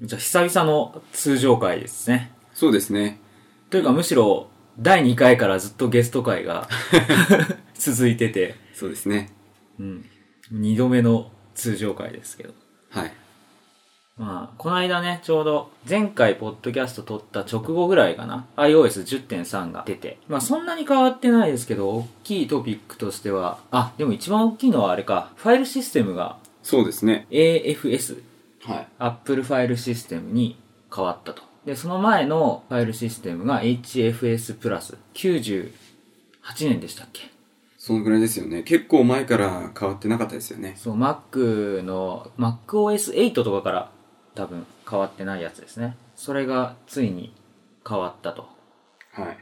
じゃあ久々の通常回ですね。そうですね。というかむしろ、第2回からずっとゲスト回が 続いてて、そうですね。うん。2度目の通常回ですけど。はい。まあ、この間ね、ちょうど前回ポッドキャスト撮った直後ぐらいかな、iOS10.3 が出て、まあそんなに変わってないですけど、大きいトピックとしては、あ、でも一番大きいのはあれか、ファイルシステムがそうですね。 AFS、はい。 Apple ファイルシステムに変わったと。で、その前のファイルシステムが HFS プラス、98年でしたっけそのぐらいですよね。結構前から変わってなかったですよね。そう、Mac の、MacOS8 とかから多分変わってないやつですね。それがついに変わったと。はい。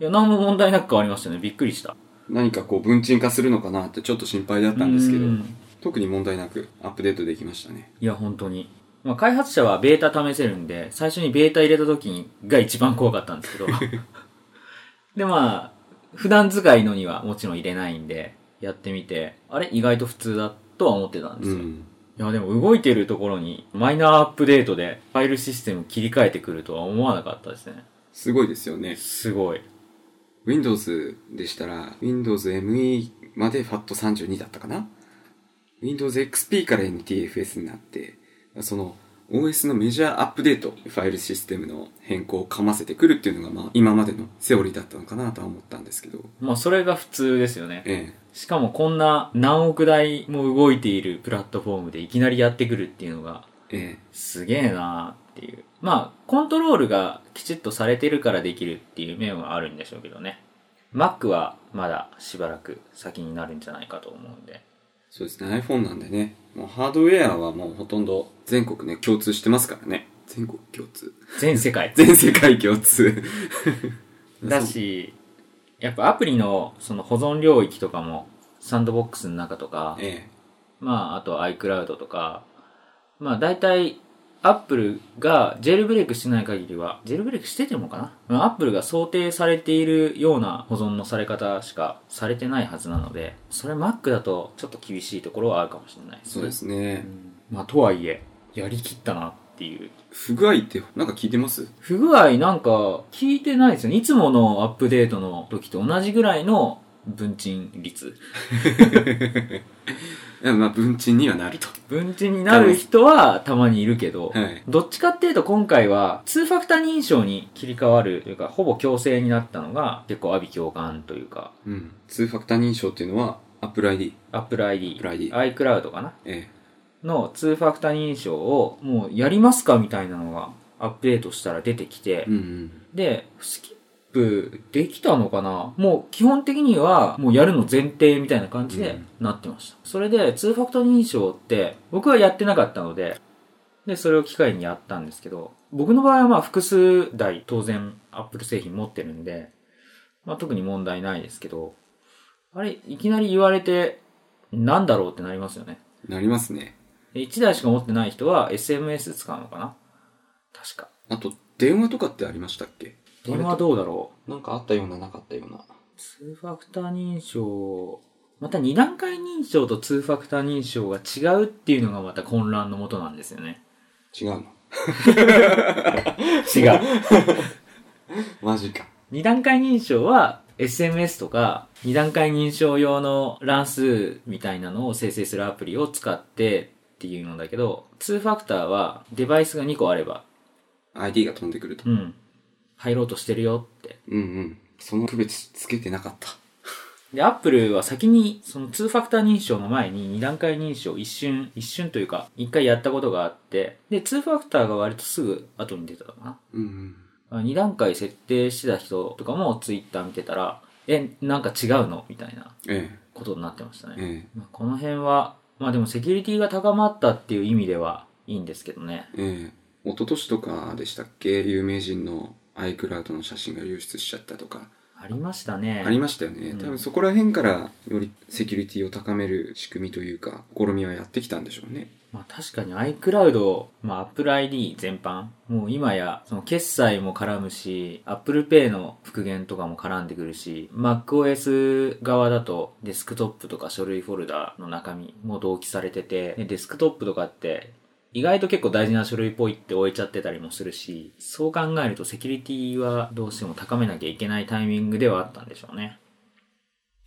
いや、何も問題なく変わりましたね。びっくりした。何かこう文鎮化するのかなってちょっと心配だったんですけどうん、特に問題なくアップデートできましたね。いや、本当に。まあ、開発者はベータ試せるんで、最初にベータ入れた時にが一番怖かったんですけ ど。で、まあ、普段使いのにはもちろん入れないんで、やってみて、あれ意外と普通だとは思ってたんですうよ。ん。いや、でも動いてるところにマイナーアップデートでファイルシステム切り替えてくるとは思わなかったですね。すごいですよね。すごい。 Windows でしたら、Windows ME まで FAT32 だったかな ?Windows XP から NTFS になって、その OS のメジャーアップデート、ファイルシステムの変更をかませてくるっていうのが、まあ、今までのセオリーだったのかなとは思ったんですけど、まあ、それが普通ですよね。えしかもこんな何億台も動いているプラットフォームでいきなりやってくるっていうのが、え、ええ、すげえなーっていう。まあ、コントロールがきちっとされてるからできるっていう面はあるんでしょうけどね。Mac はまだしばらく先になるんじゃないかと思うんで。そうですね、iPhone なんでね、もうハードウェアはもうほとんど全国ね、共通してますからね。全国共通。 全世界。全世界共通。だ し、やっぱアプリのその保存領域とかも、サンドボックスの中とか、ええ、まあ、あと iCloud とか、まあ、大体、Apple がジェルブレイクしてない限りは、ジェルブレイクしててもかなまあ ?Apple が想定されているような保存のされ方しかされてないはずなので、それ Mac だとちょっと厳しいところはあるかもしれないですね。そうですね。まあ、とはいえ、やりきったなっていう。不具合ってなんか聞いてます不具合なんか聞いてないですよね。いつものアップデートの時と同じぐらいの分賃率。いやまあ、文鎮にはなると。文鎮になる人はたまにいるけど、はい。どっちかっていうと今回は2ファクター認証に切り替わるというかほぼ強制になったのが結構阿鼻共感というかうん。2ファクター認証っていうのは、Apple ID。 Apple ID, Apple ID iCloud かなえの2ファクター認証をもうやりますかみたいなのがアップデートしたら出てきてえ。、うんで、スキップできたのかなもう基本的にはもうやるの前提みたいな感じうでんなってました。それで2ファクター認証って僕はやってなかったので、で、それを機会にやったんですけど、僕の場合はまあ複数台当然 Apple 製品持ってるんで、まあ特に問題ないですけど、あれ、いきなり言われて、なんだろうってなりますよね。うん。なりますね。で1台しか持ってない人は SMS 使うのかな確か。あと、電話とかってありましたっけ電話どうだろうなんかあったような、なかったような。 2ファクター認証、また2段階認証と2ファクター認証が違うっていうのがまた混乱のもとなんですよね。違うの。違 う。マジか。 2段階認証は SMS とか2段階認証用の乱数みたいなのを生成するアプリを使ってっていうのだけど、2ファクターはデバイスが2個あれば、 ID が飛んでくると。うん、入ろうとしてるよって。うんうん。その区別つけてなかった。で、Apple は先に、その2ファクター認証の前に2段階認証一瞬、一瞬というか、一回やったことがあって、で、2ファクターが割とすぐ後に出たのかうんうん。な。2段階設定してた人とかも Twitter 見てたら、え、なんか違うのみたいなえことになってましたえ。ね。えまあこの辺は、まあでもセキュリティが高まったっていう意味ではいいんですけどね。え。ええ。一昨年とかでしたっけ有名人の iCloud の写真が流出しちゃったとか。ありましたね。ありましたよね。うん多分そこら辺からよりセキュリティを高める仕組みというか、試みはやってきたんでしょうね。まあ確かに iCloud、まあ Apple ID 全般、もう今やその決済も絡むし、Apple Pay の復元とかも絡んでくるし、MacOS 側だとデスクトップとか書類フォルダの中身も同期されてて、でデスクトップとかって意外と結構大事な書類っぽいって終えちゃってたりもするし、そう考えるとセキュリティはどうしても高めなきゃいけないタイミングではあったんでしょうね。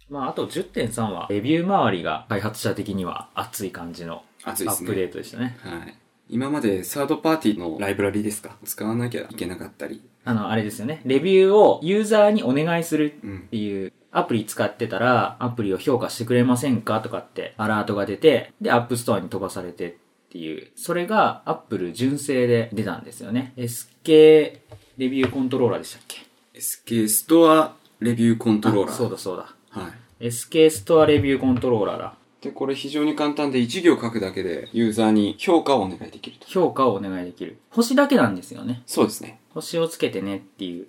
まあ、あと10.3は、レビュー周りが開発者的には熱い感じの熱いでアすップデね。ートでしたね。はい。今までサードパーティーのライブラリですか使わなきゃいけなかったり。あの、あれですよね。レビューをユーザーにお願いするうんっ。ていう、アプリ使ってたら、アプリを評価してくれませんかとかってアラートが出て、で、App Store に飛ばされてっていう、それが Apple 純正で出たんですよね。SK レビューコントローラーでしたっけ SK ストアレビューコントローラー。あそうだそうだ。はい。 SK ストアレビューコントローラーだ。で、これ非常に簡単で1行書くだけでユーザーに評価をお願いできると。評価をお願いできる。星だけなんですよね。そうですね。星をつけてねっていう。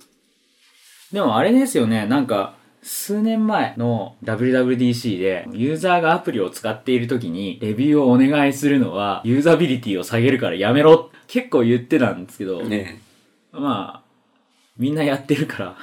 でもあれですよね、なんか、数年前の WWDC で、ユーザーがアプリを使っている時に、レビューをお願いするのは、ユーザビリティを下げるからやめろ結構言ってたんですけど、ねまあ、みんなやってるから、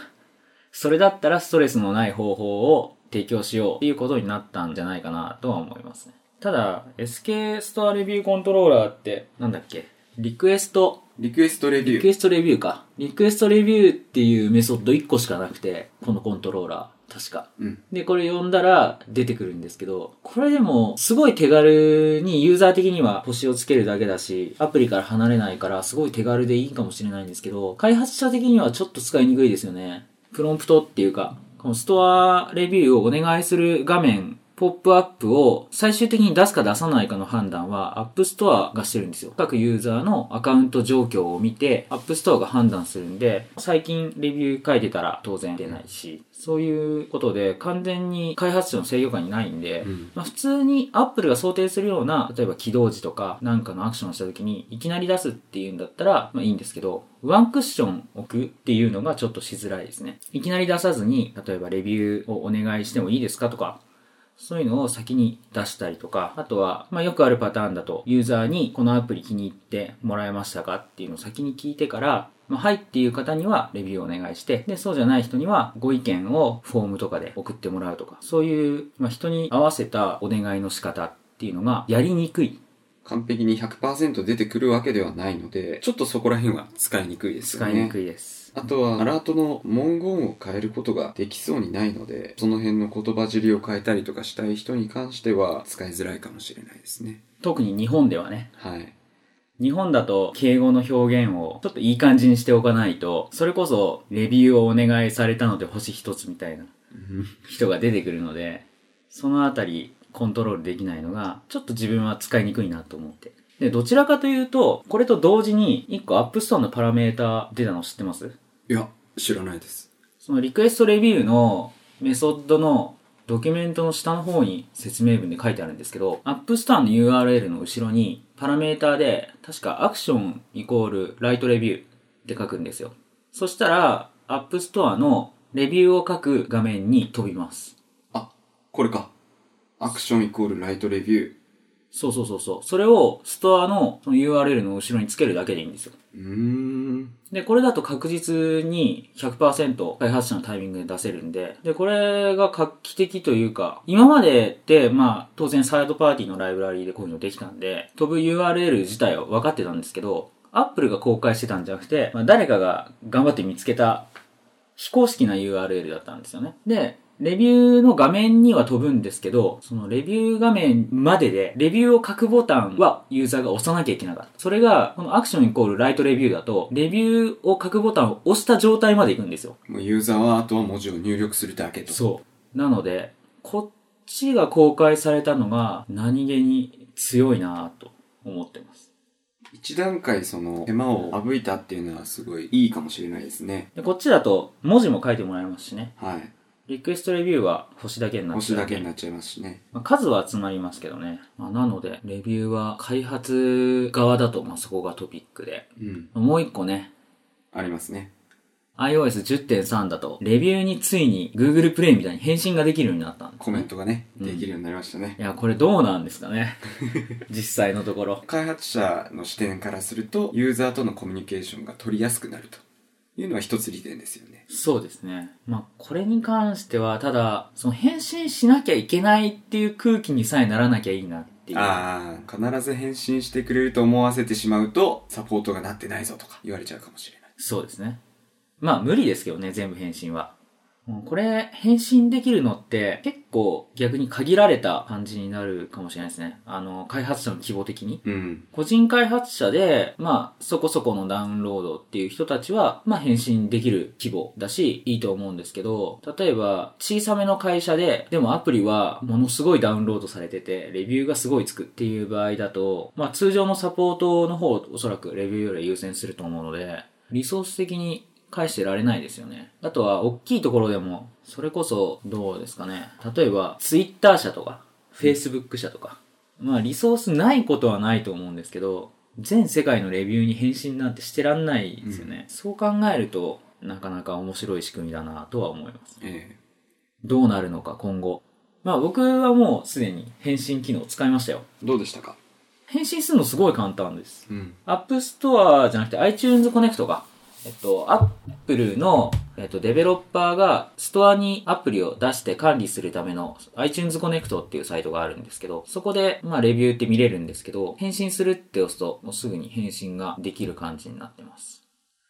それだったらストレスのない方法を提供しようっていうことになったんじゃないかなとは思いますね。ただ、SK ストアレビューコントローラーって、なんだっけリクエストリクエストレビリュクー。エストレビューか。リクエストレビューっていうメソッド1個しかなくて、このコントローラー、確か。うん。で、これ読んだら出てくるんですけど、これでも、すごい手軽にユーザー的には星をつけるだけだし、アプリから離れないから、すごい手軽でいいかもしれないんですけど、開発者的にはちょっと使いにくいですよね。プロンプトっていうか、このストアレビューをお願いする画面、ポップアップを最終的に出すか出さないかの判断は App Store がしてるんですよ。各ユーザーのアカウント状況を見て App Store が判断するんで、最近レビュー書いてたら当然出ないし、そういうことで完全に開発者の制御下にないんで、うんまあ、普通に Apple が想定するような、例えば起動時とかなんかのアクションをした時にいきなり出すっていうんだったら、まあいいんですけど、ワンクッション置くっていうのがちょっとしづらいですね。いきなり出さずに、例えばレビューをお願いしてもいいですかとか、そういうのを先に出したりとか、あとは、まあ、よくあるパターンだと、ユーザーにこのアプリ気に入ってもらえましたかっていうのを先に聞いてから、まあ、はいっていう方にはレビューをお願いして、で、そうじゃない人にはご意見をフォームとかで送ってもらうとか、そういう、まあ、人に合わせたお願いの仕方っていうのがやりにくい、完璧に100%出てくるわけではないので、ちょっとそこら辺は使いにくいですよ使ね。いにくいです。あとは、アラートの文言を変えることができそうにないので、その辺の言葉尻を変えたりとかしたい人に関しては、使いづらいかもしれないですね。特に日本ではね、はい。日本だと敬語の表現をちょっといい感じにしておかないと、それこそレビューをお願いされたので星一つみたいな人が出てくるので、そのあたりコントロールできないのが、ちょっと自分は使いにくいなと思って。で、どちらかというと、これと同時に1個 App Store のパラメータ出たの知ってますいや、知らないです。そのリクエストレビューのメソッドのドキュメントの下の方に説明文で書いてあるんですけど、App Store の URL の後ろにパラメーターで、確かアクションイコールライトレビューって書くんですよ。そしたら、App Store のレビューを書く画面に飛びます。あ、これか。アクションイコールライトレビュー。そうそうそうそう。それをストアのその URL の後ろにつけるだけでいいんですよ。うーん。で、これだと確実に100%開発者のタイミングで出せるんで、で、これが画期的というか、今までって、まあ、当然サードパーティーのライブラリーでこういうのできたんで、飛ぶ URL 自体は分かってたんですけど、Apple が公開してたんじゃなくて、まあ、誰かが頑張って見つけた非公式な URL だったんですよね。で、レビューの画面には飛ぶんですけど、そのレビュー画面までで、レビューを書くボタンはユーザーが押さなきゃいけなかった。それが、このアクションイコールライトレビューだと、レビューを書くボタンを押した状態まで行くんですよ。もうユーザーはあとは文字を入力するだけと。そう。なので、こっちが公開されたのが何気に強いなぁと思ってます。一段階その手間を省いたっていうのはすごいいいかもしれないですね。でこっちだと文字も書いてもらえますしね。はい。リクエストレビューは星だけになっちゃう星だけになっちゃいますしね。まあ数は集まりますけどね。まあなので、レビューは開発側だと、まあ、そこがトピックで。うん。もう一個ね、ありますね。 iOS10.3 だと、レビューについに Google プレイみたいに返信ができるようになったんですコメントがね、うんできるようになりましたね。いや、これどうなんですかね。 実際のところ。開発者の視点からするとユーザーとのコミュニケーションが取りやすくなるというのは一つ利点ですよねそうですね。まあ、これに関しては、ただ、その返信しなきゃいけないっていう空気にさえならなきゃいいなっっていう。ああ、必ず返信してくれると思わせてしまうと、サポートがなってないぞとか言われちゃうかもしれない。そうですね。まあ無理ですけどね、全部返信は。うんこれ、返信できるのって結構逆に限られた感じになるかもしれないですね。あの、開発者の規模的に。うん。個人開発者で、まあ、そこそこのダウンロードっていう人たちは、まあ、返信できる規模だし、いいと思うんですけど、例えば、小さめの会社で、でもアプリはものすごいダウンロードされてて、レビューがすごいつくっていう場合だと、まあ、通常のサポートの方をおそらくレビューより優先すると思うので、リソース的に返してられないですよね。あとは、大きいところでも、それこそ、どうですかね。例えば、Twitter 社とか、Facebook 社とか、まあリソースないことはないと思うんですけど、全世界のレビューに返信なんてしてらんないですよね。そう考えると、なかなか面白い仕組みだなとは思います。えどうなるのか今後。まあ僕はもうすでに返信機能使いましたよ。えどうでしたか返信するのすごい簡単です。うん。 App Store じゃなくて iTunes Connect が、えっと、Apple の、えっと、デベロッパーがストアにアプリを出して管理するための iTunes Connect っていうサイトがあるんですけど、そこで、まあ、レビューって見れるんですけど、返信するって押すと、もうすぐに返信ができる感じになってます。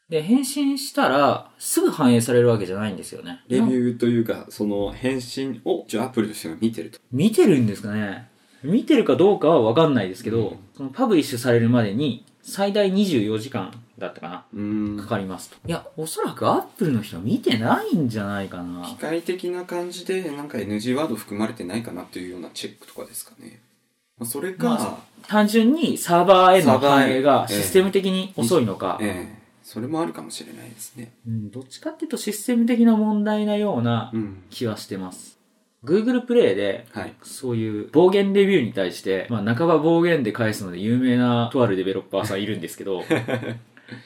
で、返信したら、すぐ反映されるわけじゃないんですよね。レビーューというか、その返信を、一応アプリとしては見てると。見てるんですかね見てるかどうかはわかんないですけど、うんそのパブリッシュされるまでに、最大24時間だったかな。うーかん。かりますと。いや、おそらくアップルの人は見てないんじゃないかな機。械的な感じで、なんか NG ワード含まれてないかなというようなチェックとかですかね。まあそれか、まあそ単純にサーバーへのサーバーへ反映がええシステム的に遅いのか、ええそれもあるかもしれないですね。うん、どっちかっていうとシステム的な問題なようなうん。気はしてます。Google プレイで、はい。そういう暴言レビューに対して、まあ半ば暴言で返すので有名なとあるデベロッパーさんいるんですけ ど、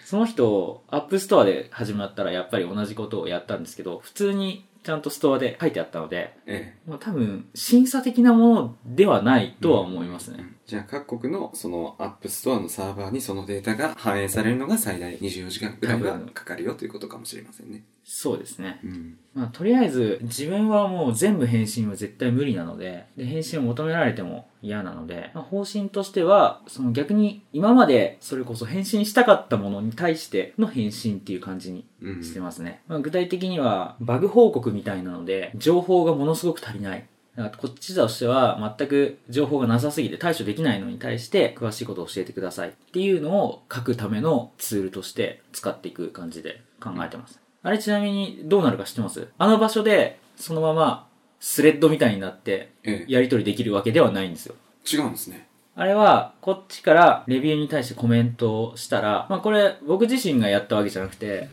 その人、アップストアで始まったらやっぱり同じことをやったんですけど、普通にちゃんとストアで書いてあったので、えまあ、多分、審査的なものではないとは思いますえね。じゃあ各国のそのアップストアのサーバーにそのデータが反映されるのが最大24時間ぐらいはかかるよということかもしれませんね。そうですね。うん。まあ、とりあえず、自分はもう全部返信は絶対無理なので、で、返信を求められても嫌なので、まあ、方針としては、その逆に、今までそれこそ返信したかったものに対しての返信っていう感じにうん。してますね。まあ、具体的には、バグ報告みたいなので、情報がものすごく足りない。だからこっちとしては全く情報がなさすぎて対処できないのに対して詳しいことを教えてくださいっていうのを書くためのツールとして使っていく感じで考えてます。あれちなみにどうなるか知ってますあの場所でそのままスレッドみたいになってええやり取りできるわけではないんですよ。違うんですね。あれは、こっちからレビューに対してコメントをしたら、まあこれ僕自身がやったわけじゃなくて、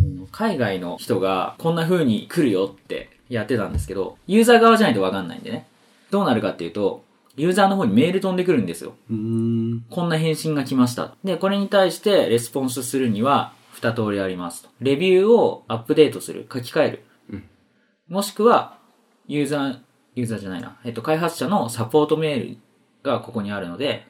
うん海外の人がこんな風に来るよってやってたんですけど、ユーザー側じゃないとわかんないんでね。どうなるかっていうと、ユーザーの方にメール飛んでくるんですよ。うん。こんな返信が来ました。で、これに対してレスポンスするには2通りありますと。レビューをアップデートする、書き換える。うん。もしくは、ユーザー、ユーザーじゃないな。えっと、開発者のサポートメールがここにあるので、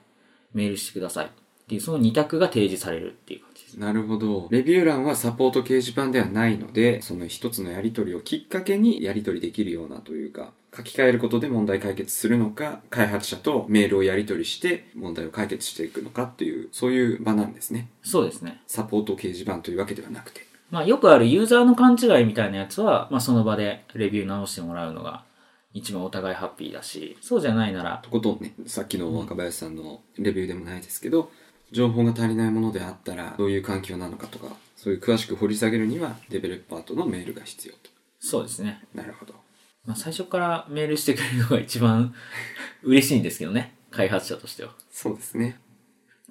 メールしてください。っていう、その2択が提示されるっていう感じです。なるほど。レビュー欄はサポート掲示板ではないので、その一つのやり取りをきっかけにやり取りできるようなというか、書き換えることで問題解決するのか、開発者とメールをやり取りして問題を解決していくのかっていう、そういう場なんですね。そうですね。サポート掲示板というわけではなくて。まあ、よくあるユーザーの勘違いみたいなやつは、まあ、その場でレビュー直してもらうのが、一番お互いハッピーだし、そうじゃないなら、とことんね、さっきの若林さんのレビューでもないですけど、情報が足りないものであったら、どういう環境なのかとか、そういう詳しく掘り下げるには、デベロッパーとのメールが必要と。そうですね。なるほど。まあ、最初からメールしてくれるのが一 番嬉しいんですけどね。開発者としては。そうですね。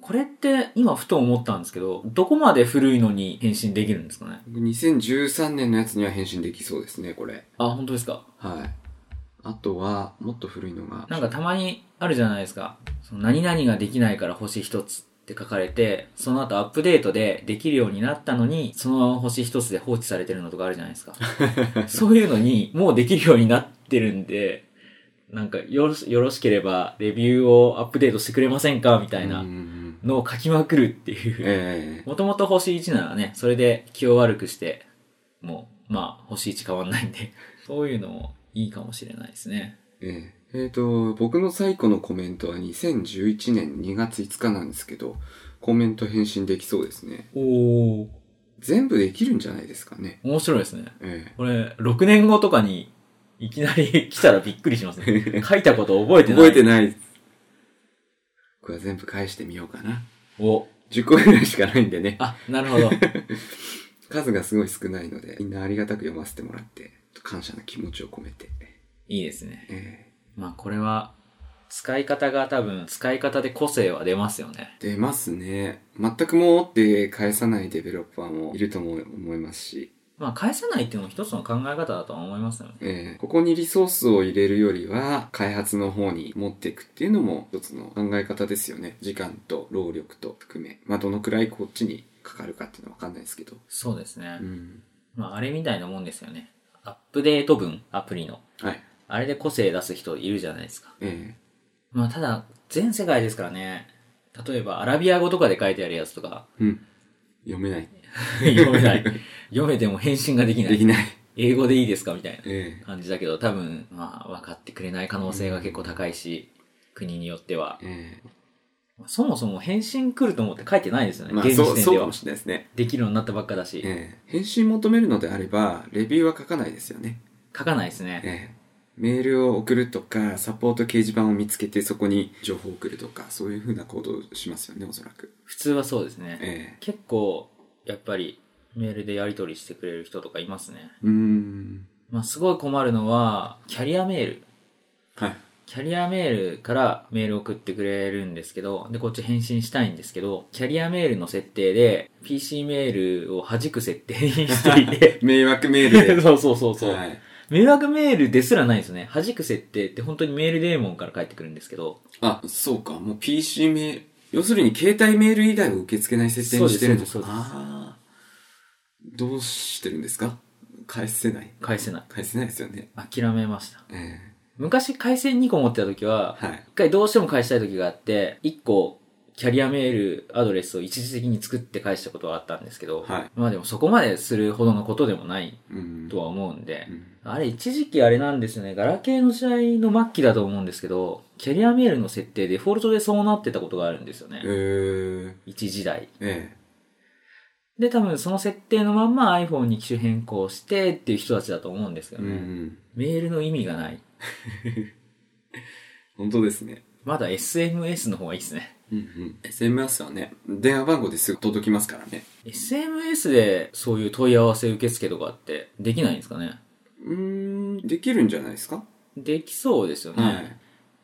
これって、今ふと思ったんですけど、どこまで古いのに返信できるんですかね2013年のやつには返信できそうですね、これ。あ、本当ですかはい。あとは、もっと古いのが、なんかたまにあるじゃないですか。その何々ができないから星一つって書かれて、その後アップデートでできるようになったのに、そのまま星一つで放置されてるのとかあるじゃない ですか。そういうのに、もうできるようになってるんで、なんかよろしよろしければレビューをアップデートしてくれませんかみたいなうんうんうんのを書きまくるっていう。 ええもともと星1ならね、それで気を悪くして、もう、まあ星1変わんないんで、そういうのもいいかもしれないですね。えええーと、僕の最古のコメントは2011年2月5日なんですけど、コメント返信できそうですね。おお全部できるんじゃないですかね。面白いですね。えこれ、6年後とかに、いきなり 来たらびっくりします ね。え書いたこと 覚えてない。覚えてない。僕は全部返してみようかな。お。 10個ぐらいしかないんでね。あ、なるほど。数がすごい少ないので、みんなありがたく読ませてもらって、感謝の気持ちを込めて。いいですね。えまあ、これは、使い方が多分、使い方で個性は出ますよね。ー出ますね。全くもうって返さないデベロッパーもいるとも思いますし、まあ、返さないっていうのも一つの考え方だとは思いますよね。えーここにリソースを入れるよりは、開発の方に持っていくっていうのも一つの考え方ですよね。時間と労力と含め。まあ、どのくらいこっちにかかるかっていうのはわかんないですけど。そうですねう。ん。まあ、あれみたいなもんですよね。アップデート分、アプリの。はい。あれで個性出す人いるじゃないですか。えまあ、ただ、全世界ですからね。例えば、アラビア語とかで書いてあるやつとか、 ーうん。読めない。読めない。読めても返信ができなできい。 ない。英語でいいですかみたいなえ感じだけど、多分、まあ、分かってくれない可能性が結構高いし、国によってはー。えそもそも返信来ると思って書いてないですよね。ーまあ、現そう、時点そでうかはも。しれないですね。できるようになったばっかだし、えー返信求めるのであれば、レビューは書かないですよね。書かないですね。えーメールを送るとか、サポート掲示板を見つけてそこに情報を送るとか、そういうふうな行動をしますよね、おそらく。普通はそうですね。えー結構、やっぱり、メールでやり取りしてくれる人とかいますね。うーん。まあ、すごい困るのは、キャリアメール。はい。、キャリアメールからメール送ってくれるんですけど、で、こっち返信したいんですけど、キャリアメールの設定で、PC メールを弾く設定にしていて迷惑メール で。そうそうそう そう、はい。迷惑メールですらないですね。弾く設定って本当にメールデーモンから返ってくるんですけど、あ、そうか。もう PC メール。要するに携帯メール以外を受け付けない設定にしてるんですそうですそうであーどうしてるんですか返せない。返せない。返せないですよね。諦めました。え昔回線2個持ってた時えは、はい。一回どうしても返したい時があって、一個、キャリアメールアドレスを一時的に作って返したことはあったんですけど、はいまあでもそこまでするほどのことでもないうん。とは思うんでう、んあれ、一時期あれなんですよね。ガラケーの時代の末期だと思うんですけど、キャリアメールの設定、デフォルトでそうなってたことがあるんですよえね。ー、一時代。えで、多分その設定のまんま iPhone に機種変更してっていう人たちだと思うんですけえうどね。ん。メールの意味がない。本当ですね。まだ SMS の方がいいですね。うんうん。SMS はね、電話番号ですぐ届きますからね。 SMS でそういう問い合わせ受付とかってできないんですかねうーん、できるんじゃないですかできそうですよね。はい。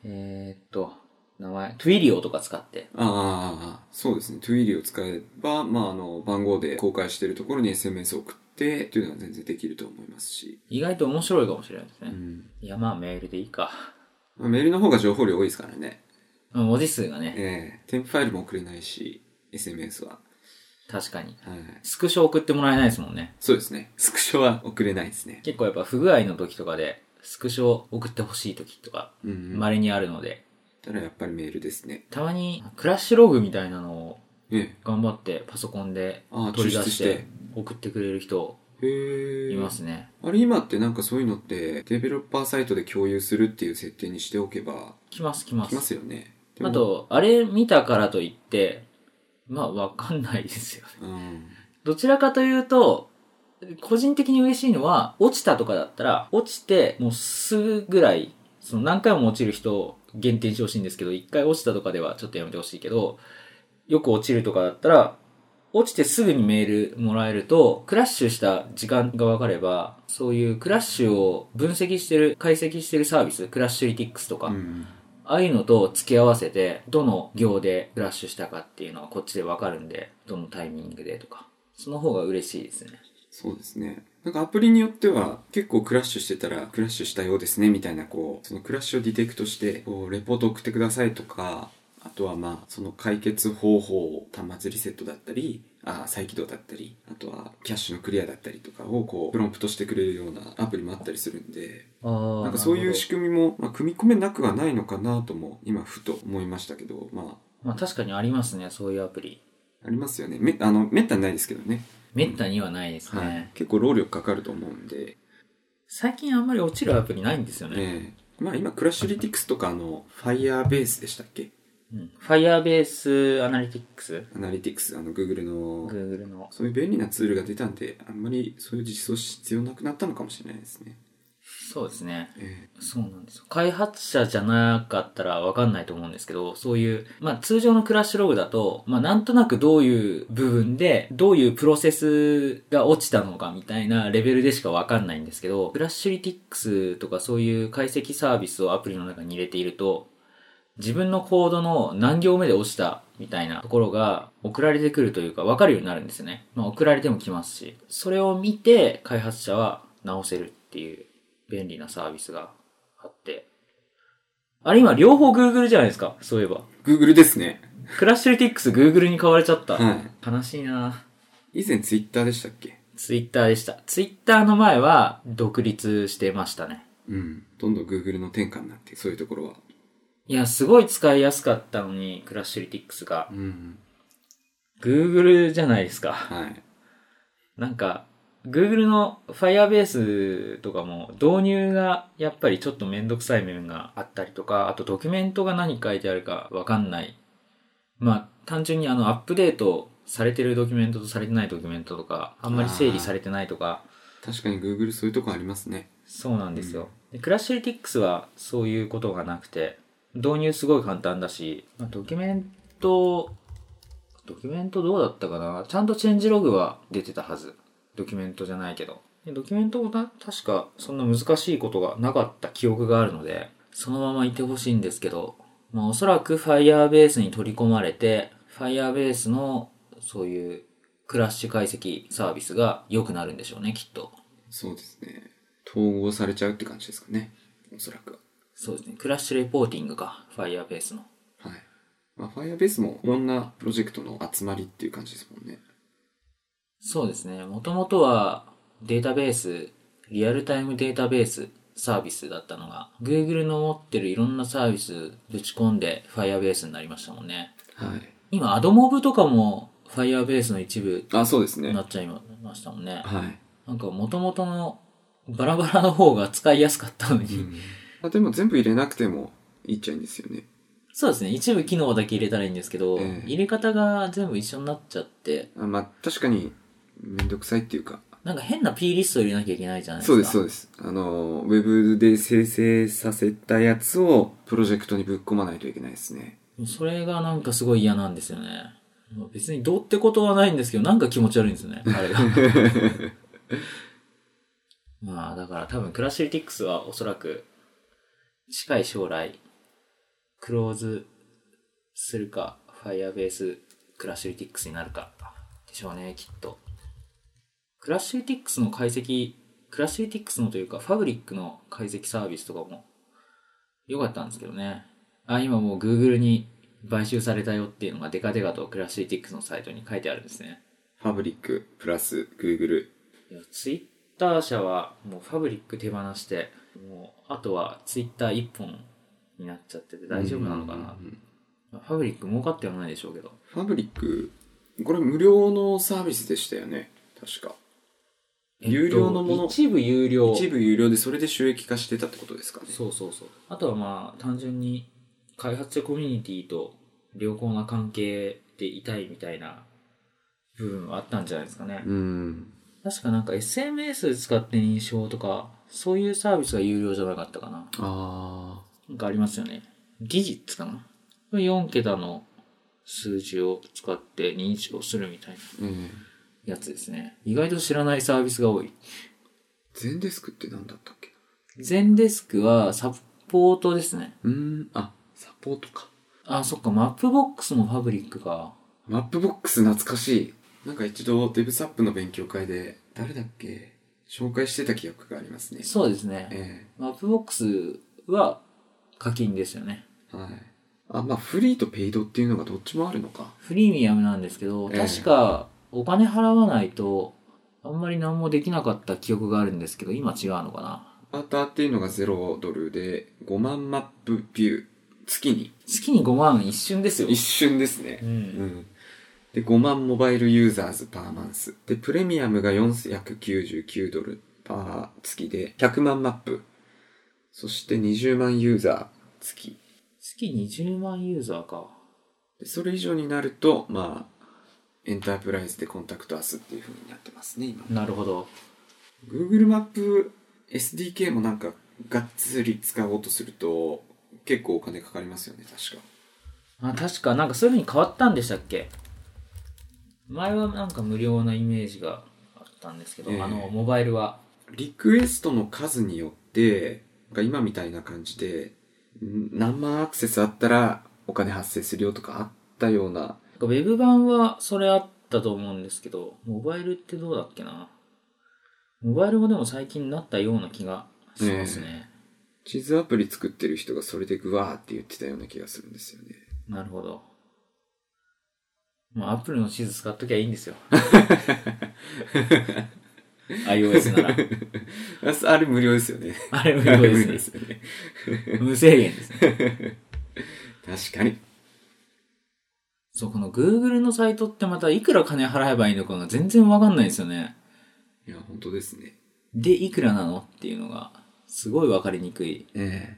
えー、っと、名前、トゥイリオとか使って。ああ、そうですね。トゥイリを使えば、まあ、あの、番号で公開しているところに SMS を送って、というのは全然できると思いますし。意外と面白いかもしれないですうね。ん。いや、まあメールでいいか。 まあ、メールの方が情報量多いですからね。うん文字数がね。ええ添付ファイルも送れないし、SMS は。確かに。はい。スクショ送ってもらえないですもんね。そうですね。スクショは送れないですね。結構やっぱ不具合の時とかで、スクショ送ってほしい時とか、うん、うん。稀にあるので、たらやっぱりメールですね。たまにクラッシュログみたいなのをええ。頑張ってパソコンでああ、取抽り出出ししてて。送ってくれる人へえ。いますね。あれ今ってなんかそういうのって、デベロッパーサイトで共有するっていう設定にしておけば、来ます来ま。来ますすよね。でもあ、と、あれ見たからといって、まあわかんないですよね。 うん。どちらかというと、個人的に嬉しいのは、落ちたとかだったら、落ちて、もうすぐぐらい、その何回も落ちる人を限定してほしいんですけど、一回落ちたとかではちょっとやめてほしいけど、よく落ちるとかだったら、落ちてすぐにメールもらえると、クラッシュした時間がわかれば、そういうクラッシュを分析してる、解析してるサービス、クラッシュリティックスとか、うん。ああいうのと付け合わせて、どの行でクラッシュしたかっていうのはこっちでわかるんで、どのタイミングでとか。その方が嬉しいですね。そうですね。なんかアプリによっては結構クラッシュしてたらクラッシュしたようですねみたいなこう、そのクラッシュをディテクトして、こう、レポート送ってくださいとか、あとはまあ、その解決方法、端末リセットだったり、あ再起動だったり、あとはキャッシュのクリアだったりとかをこう、プロンプトしてくれるようなアプリもあったりするんで、ああ。なんかそういう仕組みも、まあ、組み込めなくはないのかなとも、今ふと思いましたけど、ままあ確かにありますね、そういうアプリ。あ、ありますよね。め、あの、めったにないですけどね。めったにはないですね。はい。結構労力かかると思うんで、最近あんまり落ちるアプリないんですよね。ええまあ今、クラッシュリティクスとかあの、Firebase でしたっけうん。Firebase Analytics、アナリティクス、あの、Google の、 Google の。そういう便利なツールが出たんで、あんまりそういう実装し必要なくなったのかもしれないですね。そうですね。えそうなんですよ。開発者じゃなかったらわかんないと思うんですけど、そういう、まあ通常のクラッシュログだと、まあなんとなくどういう部分で、どういうプロセスが落ちたのかみたいなレベルでしかわかんないんですけど、クラッシュリティックスとかそういう解析サービスをアプリの中に入れていると、自分のコードの何行目で落ちたみたいなところが送られてくるというか分かるようになるんですよね。まあ送られても来ますし、それを見て開発者は直せるっていう便利なサービスがあって。あれ今両方 Google じゃないですか、そういえば。え Google ですね。クラッシュリティックス Google に買われちゃった。は悲しいな以前 Twitter でしたっけ Twitter でした。Twitter の前は独立してましたね。うん。どんどん Google の転換になって、そういうところは。いや、すごい使いやすかったのに、クラッシュリティックスがう。ん。 Google じゃないですか。はい。なんか、Google の Firebase とかも導入がやっぱりちょっとめんどくさい面があったりとか、あとドキュメントが何書いてあるかわかんない。まあ、単純にあのアップデートされてるドキュメントとされてないドキュメントとか、あんまり整理されてないとか、確かに Google そういうとこありますね。そうなんですよ。でクラッシュリティックスはそういうことがなくて、導入すごい簡単だし、まあ、ドキュメント、ドキュメントどうだったかなちゃんとチェンジログは出てたはず。ドキュメントじゃないけど。でドキュメントもな確かそんな難しいことがなかった記憶があるので、そのままいてほしいんですけど、まあおそらく Firebase に取り込まれて、Firebase のそういうクラッシュ解析サービスが良くなるんでしょうね、きっと。そうですね。統合されちゃうって感じですかね。おそらくは。そうですね。クラッシュレポーティングか。Firebase の。はい。まあ、Firebase もいろんなプロジェクトの集まりっていう感じですもんね。そうですね。もともとはデータベース、リアルタイムデータベースサービスだったのが、Google の持ってるいろんなサービスぶち込んで Firebase になりましたもんね。はい。今、AdMob とかも Firebase の一部あ、そうですにね。なはっちゃいましたもんね。い。なんか元々のバラバラの方が使いやすかったのに、あでも全部入れなくてもいいっちゃいいんですよね。そうですね。一部機能だけ入れたらいいんですけど、ええ入れ方が全部一緒になっちゃって、あまあ、確かに、めんどくさいっていうか。なんか変な P リスト入れなきゃいけないじゃないですか。そうです、そうです。あの、ウェブで生成させたやつをプロジェクトにぶっ込まないといけないです ね。それがなんかすごい嫌なんですよね。別にどうってことはないんですけど、なんか気持ち悪いんですよね、あれが。まあ、だから多分クラッシュリティックスはおそらく近い将来、クローズするか、Firebase クラッシュリティックスになるか、でしょうね、きっと。クラッシュリティックスの解析、クラッシュリティックスのというか、ファブリックの解析サービスとかも良かったんですけどね。あ、今もう Google に買収されたよっていうのがデカデカとクラッシュリティックスのサイトに書いてあるんですね。ファブリック、プラス、Google。いや、ツイッター社はもうファブリック手放して、もうあとはツイッター一本になっちゃってて大丈夫なのかなうんうんうんまあファブリック儲かってはないでしょうけど。ファブリック、これ無料のサービスでしたよね。確か。有料のものえっと一部有料。一部有料でそれで収益化してたってことですかね。そうそうそう。あとはまあ、単純に開発者コミュニティと良好な関係でいたいみたいな部分はあったんじゃないですかね。うん。確かなんか SMS 使って認証とか、そういうサービスが有料じゃなかったかな。あなんかありますよね。技術かな ?4 桁の数字を使って認証するみたいなー。ええやつですね。意外と知らないサービスが多い。ゼンデスクって何だったっけゼンデスクはサポートですね。うーん、あ、サポートか。あ、そっか、マップボックスもファブリックか。マップボックス懐かしい。なんか一度デブサップの勉強会で、誰だっけ紹介してた記憶がありますね。そうですね。えマップボックスは課金ですよね。えはい。あ、まあフリーとペイドっていうのがどっちもあるのか。フリーミアムなんですけど、ええ確かお金払わないと、あんまり何もできなかった記憶があるんですけど、今違うのかな。アターっていうのが0ドルで、5万マップビュー。月に。月に5万一瞬ですよ。一瞬ですね。う。うんん。で、5万モバイルユーザーズパーマンス。で、プレミアムが499ドルパー月で、100万マップ。そして20万ユーザー月。月20万ユーザーか。でそれ以上になると、まあ、エンタープライズでコンタクトアスっていう風になってますね、今。なるほど。 Google マップ SDK もなんか、がっつり使おうとすると、結構お金かかりますよね、確か。あ、確か、なんかそういう風に変わったんでしたっけ前はなんか無料なイメージがあったんですけど、ええあの、モバイルは。リクエストの数によって、なんか今みたいな感じで、ん何万アクセスあったらお金発生するよとかあったような、なんかウェブ版はそれあったと思うんですけど、モバイルってどうだっけな。モバイルもでも最近なったような気がしますね。地図アプリ作ってる人がそれでグワーって言ってたような気がするんですよね。なるほど。まあ、アップルの地図使っときゃいいん ですよ。iOS なら。 あそあれ無料ですよね。あれ無あ料れですね。 よね。無制限ですね。確かに。そう、この Google のサイトってまたいくら金払えばいいのかが全然わかんないですよね。いや、本当ですね。で、いくらなのっていうのが、すごいわかりにくい。え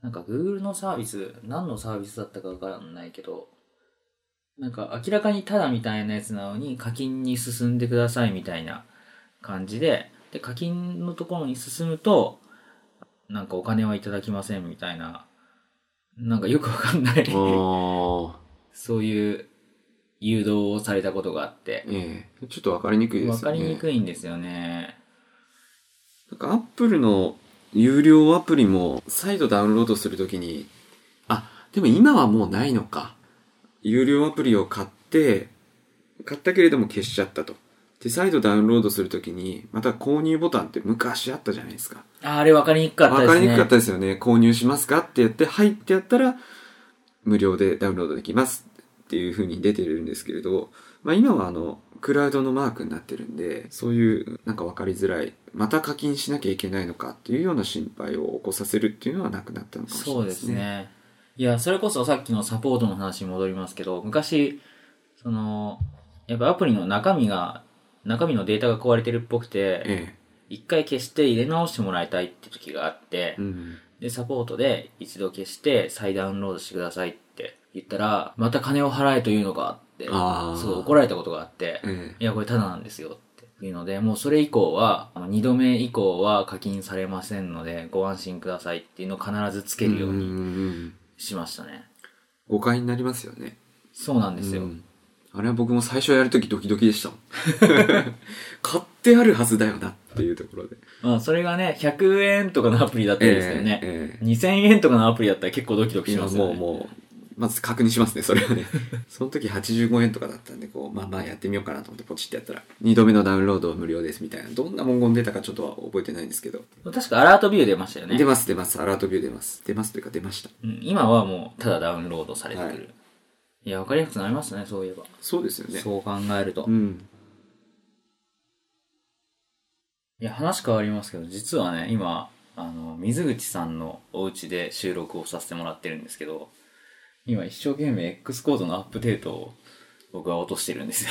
なんか Google のサービス、何のサービスだったかわかんないけど、なんか明らかにただみたいなやつなのに課金に進んでくださいみたいな感じで、で、課金のところに進むと、なんかお金はいただきませんみたいな、なんかよくわかんないえ。、ああ。そういう誘導をされたことがあって、 ええ。ちょっとわかりにくいですよね。わかりにくいんですよね。なんかアップルの有料アプリも再度ダウンロードするときに、あ、でも今はもうないのか。有料アプリを買って、買ったけれども消しちゃったと。で、再度ダウンロードするときに、また購入ボタンって昔あったじゃないですか。ああれわかりにくかわったですね。かりにくかったですよね。購入しますかってやって、はいってやったら、無料でダウンロードできますっていう風に出てるんですけれど、まあ今はあの、クラウドのマークになってるんで、そういうなんかわかりづらい、また課金しなきゃいけないのかっていうような心配を起こさせるっていうのはなくなったのかもしれそなういでですすね。ね。いや、それこそさっきのサポートの話に戻りますけど、昔、その、やっぱアプリの中身が、中身のデータが壊れてるっぽくて、え一回消して入れ直してもらいたいって時があってえ。う、ん。で、サポートで一度消して再ダウンロードしてくださいって言ったら、また金を払えというのかって、ああ。すごい怒られたことがあって、えいや、これただなんですよっていうので、もうそれ以降は、あの二度目以降は課金されませんので、ご安心くださいっていうのを必ずつけえ。るようにに。しましたね。誤解になりますよね。そうなんですよ。うんあれは僕も最初やるときドキドキでしたもん。 買ってあるはずだよなっていうところで。まあ、それがね、100円とかのアプリだったんですけどね、ええ2000円とかのアプリだったら結構ドキドキし今ますよもうね。もう、まず確認しますね、それ はね。その時85円とかだったんで、こう、まあまあやってみようかなと思ってポチってやったら、2度目のダウンロードは無料ですみたいな、どんな文言出たかちょっとは覚えてないんですけど、確かアラートビュー出ましたよね出。ます出ます、アラートビュー出ます。出ますというか出ました。うん今はもうただダウンロードされてくる。はいい、や、わかりやすくなりましたね、そういえば。そうですよね。そう考えると。うん。いや、話変わりますけど、実はね、今、あの、水口さんのお家で収録をさせてもらってるんですけど、今一生懸命 X コードのアップデートを僕は落としてるんですよ。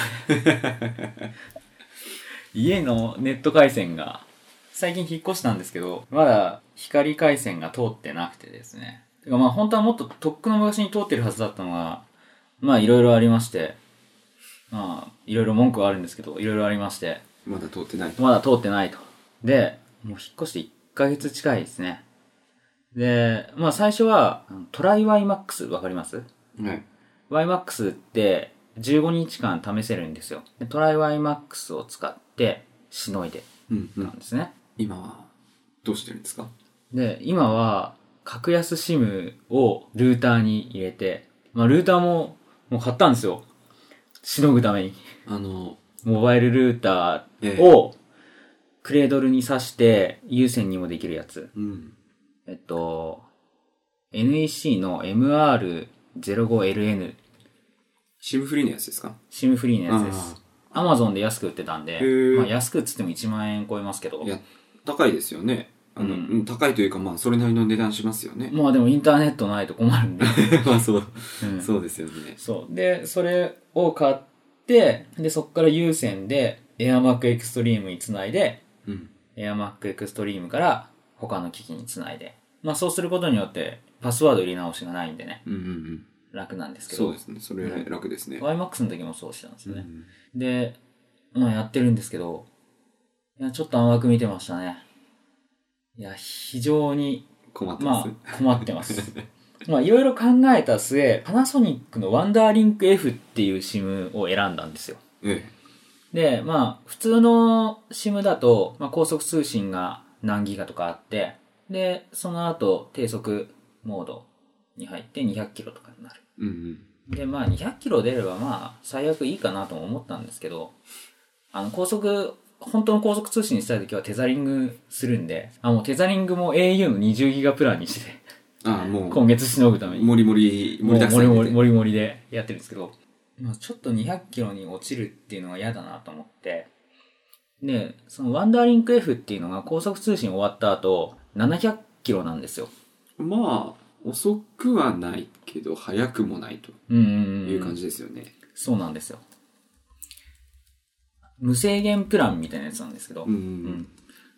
家のネット回線が、最近引っ越したんですけど、まだ光回線が通ってなくてですね。てかまあ本当はもっととっくの昔に通ってるはずだったのが、まあいろいろありまして、まあいろいろ文句はあるんですけど、いろいろありまして、まだ通ってない。まだ通ってないと。で、もう引っ越して1ヶ月近いですね。で、まあ最初は、あのトライ YMAX わかりますはい。 ?YMAX って15日間試せるんですよ。でトライ YMAX を使ってしのいでうん、うなんん。ですね。今は、どうしてるんですかで、今は、格安 SIM をルーターに入れて、まあルーターももう買ったんですよ。しのぐために。あの、モバイルルーターをクレードルに挿して有線にもできるやつ。うん。えっと、NEC の MR05LN、シムフリーのやつですかシムフリーのやつです。Amazon で安く売ってたんでー、まあ、安くっつっても1万円超えますけどい、や、高いですよね。あの、ううんん、高いというか、まあ、それなりの値段しますよね。まあでもインターネットないと困るん で。まあ、そう、うんそうですよね。そう。で、それを買って、で、そっから有線で AirMac Extreme につないで、うん。 AirMac Extreme から他の機器につないで。まあそうすることによって、パスワード入れ直しがないんでね、うんうんうん。楽なんですけど。そうですね。それは楽ですね。 YMAX の時もそうしてたんですよね。うんで、まあやってるんですけど、いや、ちょっと甘く見てましたね。いや、非常に、困ってま。ますあ、困ってます。まあ、いろいろ考えた末、パナソニックのワンダーリンク F っていう SIM を選んだんですよ。えで、まあ、普通の SIM だと、まあ、高速通信が何ギガとかあって、で、その後、低速モードに入って200キロとかになる。え。うんうん。で、まあ、200キロ出れば、まあ、最悪いいかなとも思ったんですけど、あの、高速、本当の高速通信したいときはテザリングするんで、あ、もうテザリングも au の20ギガプランにして、ああ、も今う、月しのぐために。もりもり、盛もりうだくもさりんもりで。もりもりでやってるんですけど、まあ、ちょっと200キロに落ちるっていうのは嫌だなと思って、で、そのワンダーリンク F っていうのが高速通信終わった後、700キロなんですよ。まあ、遅くはないけど、早くもないとうんうんうん。いう感じですよね。そうなんですよ。無制限プランみたいなやつなんですけど、うんううんん。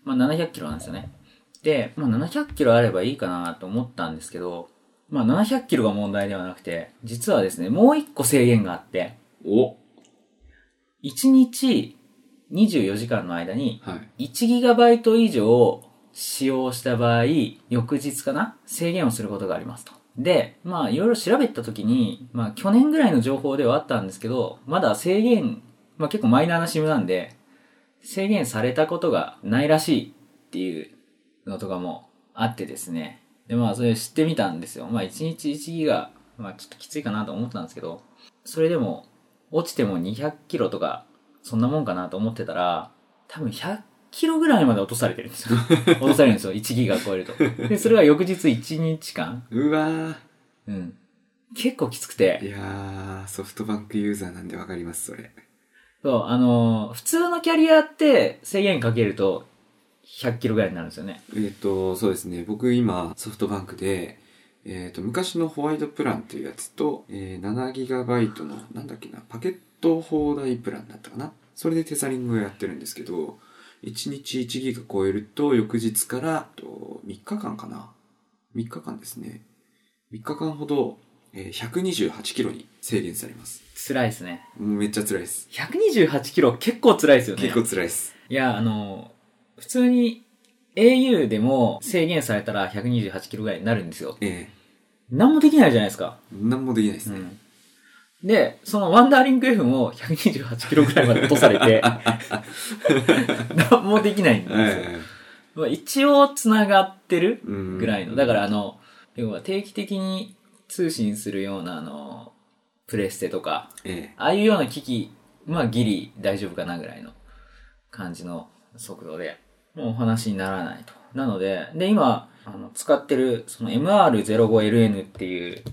まあ、700キロなんですよね。で、まあ、700キロあればいいかなと思ったんですけど、まあ、700キロが問題ではなくて、実はですね、もう一個制限があって、うん。お1日24時間の間にはい。 1GB 以上使用した場合、翌日かな制限をすることがありますと。で、まあいろいろ調べた時に、まあ去年ぐらいの情報ではあったんですけど、まだ制限、まあ結構マイナーな SIM なんで、制限されたことがないらしいっていうのとかもあってですね。で、まあそれ知ってみたんですよ。まあ1日1ギガ、まあちょっときついかなと思ったんですけど、それでも落ちても200キロとか、そんなもんかなと思ってたら、多分100キロぐらいまで落とされてるんですよ。落とされるんですよ。1ギガ超えると。で、それが翌日1日間。うわうん。結構きつくー。いて。やー、ソフトバンクユーザーなんでわかります、それ。そう、あのー普通のキャリアって制限かけると100キロぐらいになるんですよね。えっ、と、そうですね。僕今、ソフトバンクで、えっ、と、昔のホワイトプランっていうやつと、えー 7GB の、なんだっけな、パケット放題プランだったかな。それでテザリングをやってるんですけど、1日1ギガ超えると、翌日から、と3日間かな。3日間ですね。3日間ほど、えー128キロに制限されます。辛いですね。もうめっちゃ辛いです。 128キロ結構辛いですよね。結構辛いです。いや、あのー普通に au でも制限されたら128キロぐらいになるんですよ。え何もできないじゃないですか。えなんもできないですね。で、そのワンダーリンク F も128キロぐらいまで落とされ て、何もできないんですよ。えまあ、一応繋がってるえうんぐらいの。だからあの、要は定期的に通信するようなあの、プレステとか、えああいうような機器、まあギリ大丈夫かなぐらいの感じの速度で、もうお話にならないと。なので、で、今、あの使ってる、その MR05LN っていう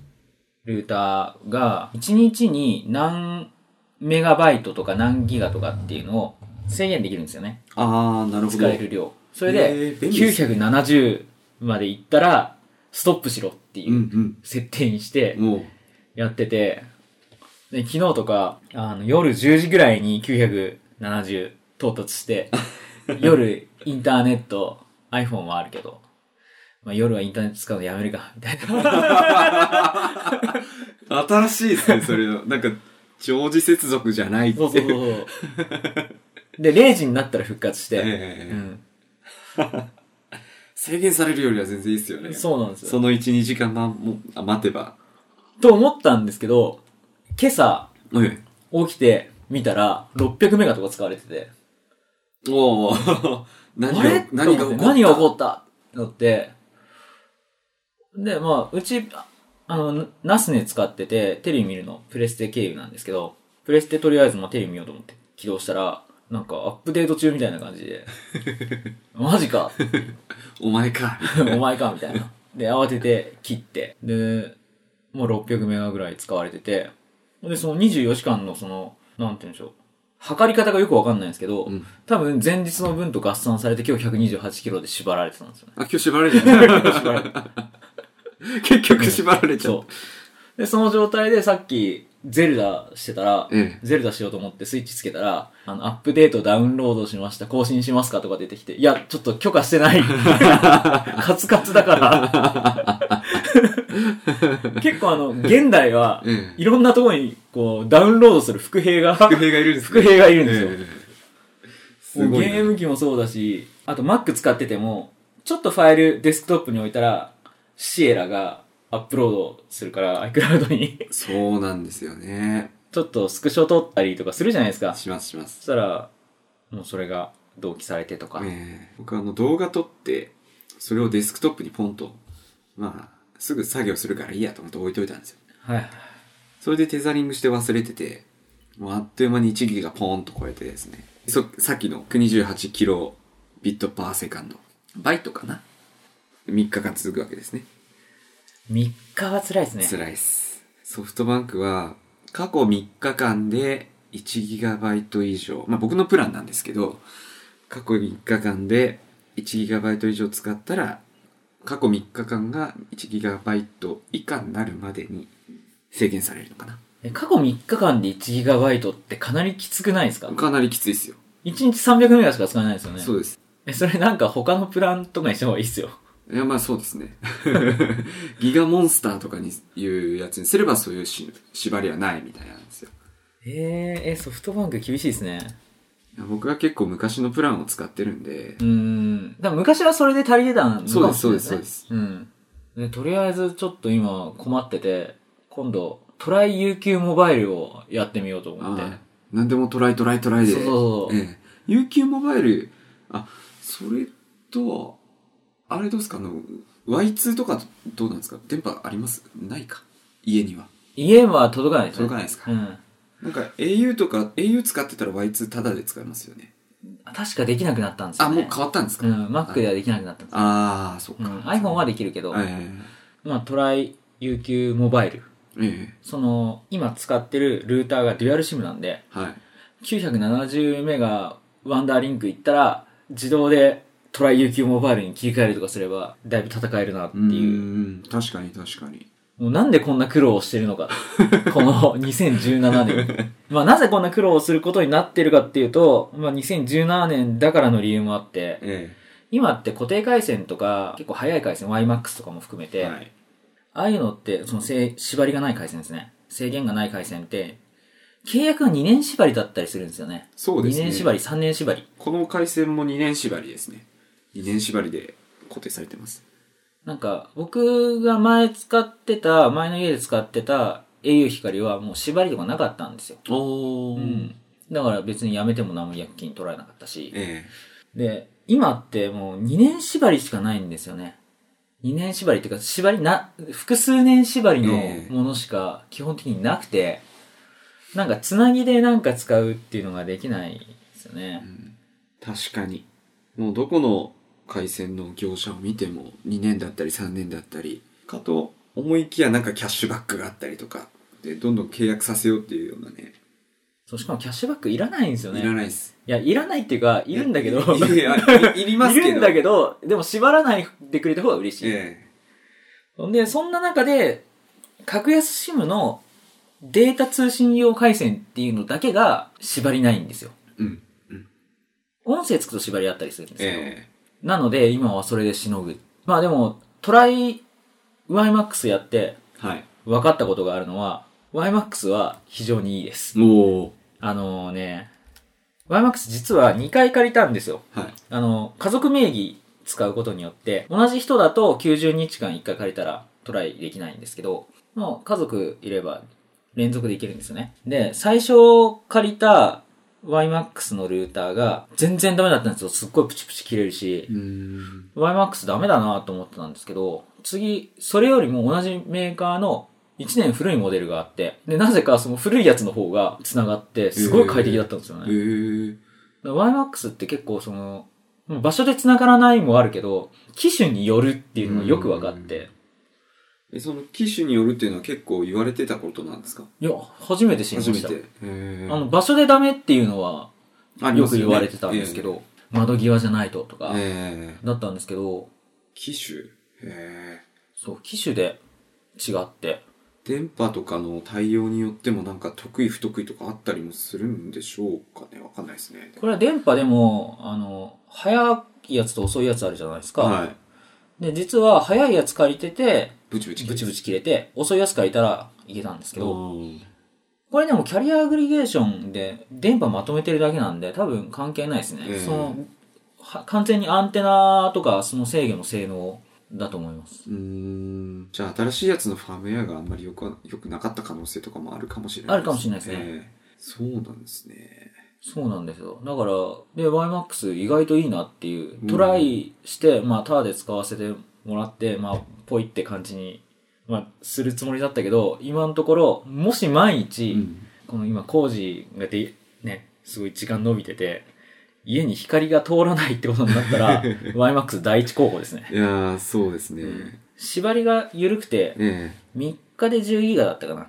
ルーターが、1日に何メガバイトとか何ギガとかっていうのを制限できるんですよね。えああ、なるほど。使える量。それえで、ー便利です970までいったら、ストップしろってういうん設定にしてうん。、もう、やってて、で、昨日とか、あの、夜10時ぐらいに970到達して、 夜インターネット、iPhone はあるけど、まあ、夜はインターネット使うのやめるか、みたいな。新しいですね、それの。なんか、常時接続じゃないって。そうそうそうそう。で、0時になったら復活して、ええうん制限されるよりは全然いいですよね。そうなんですよ。その1、2時間まもあ待てば。と思ったんですけど、今朝え起きて見たら、600メガとか使われてて、えおお何あれが、何が起こった何が起こったってなって、で、まあ、うち、ああの、ナスネ使ってて、テレビ見るの、プレステ経由なんですけど、プレステとりあえずまあテレビ見ようと思って起動したら、なんかアップデート中みたいな感じ で、マジか お前か。お前かみたいな。で、慌てて切って。で、もう600メガぐらい使われてて。で、その24時間のその、なんて言うんでしょう。測り方がよくわかんないんですけど、うん多分前日の分と合算されて今日128キロで縛られてたんですよね。あ、今日縛られちゃっ 縛られた。結局縛られてちゃっそう。で、その状態でさっき、ゼルダしてたら、ええ。ゼルダしようと思ってスイッチつけたら、あの、アップデートダウンロードしました、更新しますかとか出てきて、いや、ちょっと許可して ない。カツカツだ から。結構あの、現代は、ええ。いろんなところに、こう、ダウンロードする伏兵が、副兵がいるんです伏兵がいるんですよ。ええもすうごゲいな。ーム機もそうだし、あと Mac 使ってても、ちょっとファイルデスクトップに置いたら、シエラがアップロードするから、iCloud に。 そうなんですよね。ちょっとスクショ撮ったりとかするじゃないですか。しますしますそ。したら、もうそれが同期されてとか。ええ僕はあの動画撮って、それをデスクトップにポンと、まあ、すぐ作業するからいいやと思って置いといたんですよ。はい。それでテザリングして忘れてて、もうあっという間に1ギガポーンと超えてですね。そ、さっきの28キロビットパーセカンド。バイトかな ?3 日間続くわけですね。 3日は辛いですね。辛いっす。ソフトバンクは、過去3日間で1ギガバイト以上、まあ僕のプランなんですけど、過去3日間で1ギガバイト以上使ったら、過去3日間が1ギガバイト以下になるまでに制限されるのかな。え過去3日間で 1GB ってかなりきつくないですか ?1 かなりきついですよ。日300メガしか使えないですよね。そうです。え、それなんか他のプランとかにした方がいいっすよ。いや、まあそうですね。 ギガモンスターとかにいうやつにすればそういうし縛りはないみたいなんですよ。えー、え、ソフトバンク厳しいですね。いや僕は結構昔のプランを使ってるんでう、ーん。だから昔はそれで足りてたんそうですそうですうです。うん。で、とりあえずちょっと今困ってて、今度、トライ UQ モバイルをやってみようと思って。ああ何でもトライトライトライで。そうそうそうええ UQ モバイル、あ、それと、あれどうですかあの、Y2 とかどうなんですか電波ありますないか家には。家は届かないですね。届かないですか、うん。なんか au とか、au 使ってたら Y2 タダで使えますよね。確かできなくなったんですあ、よ、ね。もう変わったんですか、うん、Mac ではできなくなったんです、ああ、そっうか。ん、iPhone はできるけど、えまあ、トライ UQ モバイル。ええその、今使ってるルーターがデュアルシムなんで、えはい。 970メガワンダーリンク行ったら、自動でトライ UQ モバイルに切り替えるとかすれば、だいぶ戦えるなってうんいう。うん確かに確かに。もうなんでこんな苦労をしてるのか。この2017年。 まあなぜこんな苦労をすることになってるかっていうと、まあ2017年だからの理由もあって、え今って固定回線とか、結構速い回線、YMAX とかも含めえて、はい。ああいうのって、そのせ縛りがない回線ですね。制限がない回線って、契約が2年縛りだったりするんですよね。そうですね2年縛り、3年縛り。この回線も2年縛りですね。2年縛りで固定されてます。なんか、僕が前使ってた、前の家で使ってた au 光はもう縛りとかなかったんですよ。おー。だから別にやめても何も薬金取られなかったし。えで、今ってもう2年縛りしかないんですよね。2年縛りっていうか、縛りな、複数年縛りのええものしか基本的になくて、なんかつなぎでなんか使うっていうのができないですよえね。確かに。もうどこの回線の業者を見ても2年だったり3年だったり、かと思いきやなんかキャッシュバックがあったりとか、で、どんどん契約させようっていうようなね。そう、しかもキャッシュバックいらないんですよね。いらないです。いや、いらないっていうか、いるんだけど、いやいやいいりますけど。いるんだけど、でも縛らないでくれた方が嬉しい。えほんで、そんな中で、格安 SIM のデータ通信用回線っていうのだけが縛りないんですよ。えうん。音声つくと縛りあったりするんですけど、えなので、今はそれでしのぐ。まあでも、トライ YMAX やってえはい。分かったことがあるのは、YMAX は非常にいいです。おー。あのね、YMAX 実は2回借りたんですよ。はい。あの、家族名義使うことによって、同じ人だと90日間1回借りたらトライできないんですけど、もう家族いれば連続でいけるんですよね。で、最初借りた YMAX のルーターが全然ダメだったんですよ。すっごいプチプチ切れるし、うん。 YMAX ダメだなと思ってたんですけど、次、それよりも同じメーカーの1年古いモデルがあって、で、なぜかその古いやつの方が繋がって、すごい快適だったんですよね。ええだから YMAX って結構その、場所で繋がらないもあるけど、機種によるっていうのがよく分かって、え、その機種によるっていうのは結構言われてたことなんですかいや、初めて知りま初めしてた。。ええあの、場所でダメっていうのは、ありまよすくね言われてたんですけど、窓際じゃないととかえ、えだったんですけど、機種へえそう、機種で違って、電波とかの対応によってもなんか得意不得意とかあったりもするんでしょうかねわかんないですね。これは電波でも、あの、早いやつと遅いやつあるじゃないですか。はい。で、実は早いやつ借りてて、ブチブチブチブチチ切れて、遅いやつ借りたらいけたんですけど、うんこれでもキャリアアグリゲーションで電波まとめてるだけなんで多分関係ないですね。ええそのは完全にアンテナとかその制御の性能だと思います。うーんじゃあ新しいやつのファームウェアがあんまりよくはよくなかった可能性とかもあるかもしれないあるかもしれないですねええそうなんですね。そうなんですよ。だから、で、YMAX 意外といいなっていう、トライして、まあ、ターで使わせてもらって、まあ、ポイって感じに、まあ、するつもりだったけど、今のところ、もし毎日、うんこの今工事がで、ね、すごい時間伸びてて、家に光が通らないってことになった ら、YMAX 第一候補ですね。いやーそうですね。縛りが緩くて、え3日で10ギガだったかな。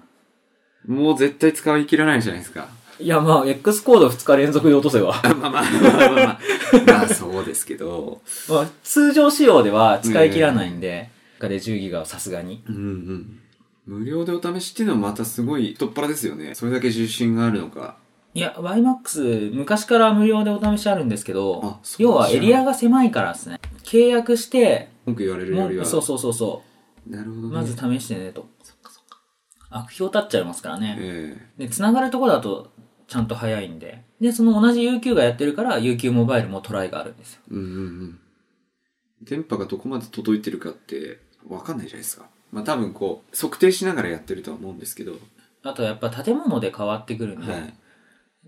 えもう絶対使い切らないじゃないですか。 いや、まあ、X コード2日連続で落とせば。 まあまあまあまあまあ。まあそうですけど。まあ、通常仕様では使い切らないんで、中で10ギガはさすがに。うんうん。無料でお試しっていうのはまたすごい太っ腹ですよね。それだけ自信があるのか。いや、YMAX、昔から無料でお試しあるんですけあど、そう要はエリアが狭いからですね。契約して、文句言われるもよりは。うそうそうそうそなるほどう、ね。まず試してねと。悪評立っちゃいますからね。えで、繋がるとこだと、ちゃんと早いんで。で、その同じ UQ がやってるから、UQ モバイルもトライがあるんですよ。えうんうんうん。電波がどこまで届いてるかってわかんないじゃないですか。まあ多分こう、測定しながらやってるとは思うんですけど。あとやっぱ建物で変わってくるんで、はい。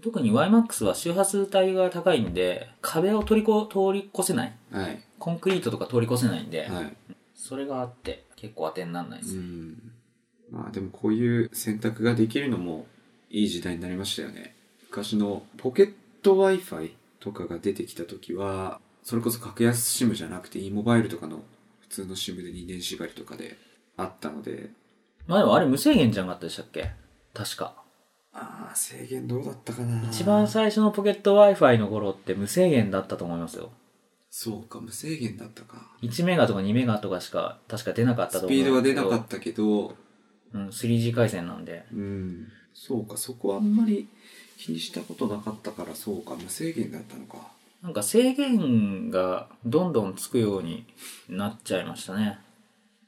特に YMAX は周波数帯が高いんで、壁を取りこ通り越せない。はい。コンクリートとか通り越せないんで、はい。それがあって結構当てにならないでうす、ん。まあでもこういう選択ができるのもいい時代になりましたよね。昔のポケット Wi-Fi とかが出てきた時は、それこそ格安 SIM じゃなくて e モバイルとかの普通の SIM で2年縛りとかであったので、まあでもあれ無制限じゃなかったでしたっけ確かああ、制限どうだったかな。一番最初のポケット Wi-Fi の頃って無制限だったと思いますよそうか、無制限だったか。 1メガとか2メガとかしか確か出なかったとス思うピんードですけは出どなかったけど、うん、3G 回線なんでうん。そうか、そこはあんまり気にしたことなかったから、そうか、無制限だったのか。なんか制限がどんどんつくようになっちゃいましたね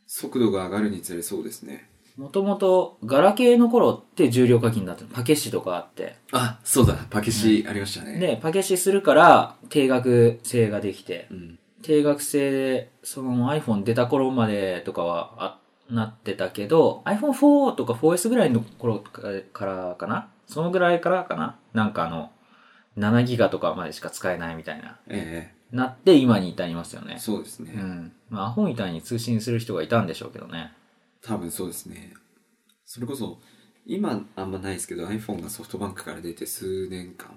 速度が上がるにつれそうですね。もともとガラケーの頃って重量課金だったのパケシとかあってあ、そうだ、パケシありましたね。でパケシするから定額制ができてうん。定額制で、その iPhone 出た頃までとかは、あ、なってたけど、iPhone4 とか 4S ぐらいの頃からかなそのぐらいからかななんかあの、7ギガとかまでしか使えないみたいな。えなって今に至りますよえね。そうですね、うん。まあ、アホみたいに通信する人がいたんでしょうけどね。多分そうですね。それこそ、今あんまないですけど、iPhone がソフトバンクから出て数年間、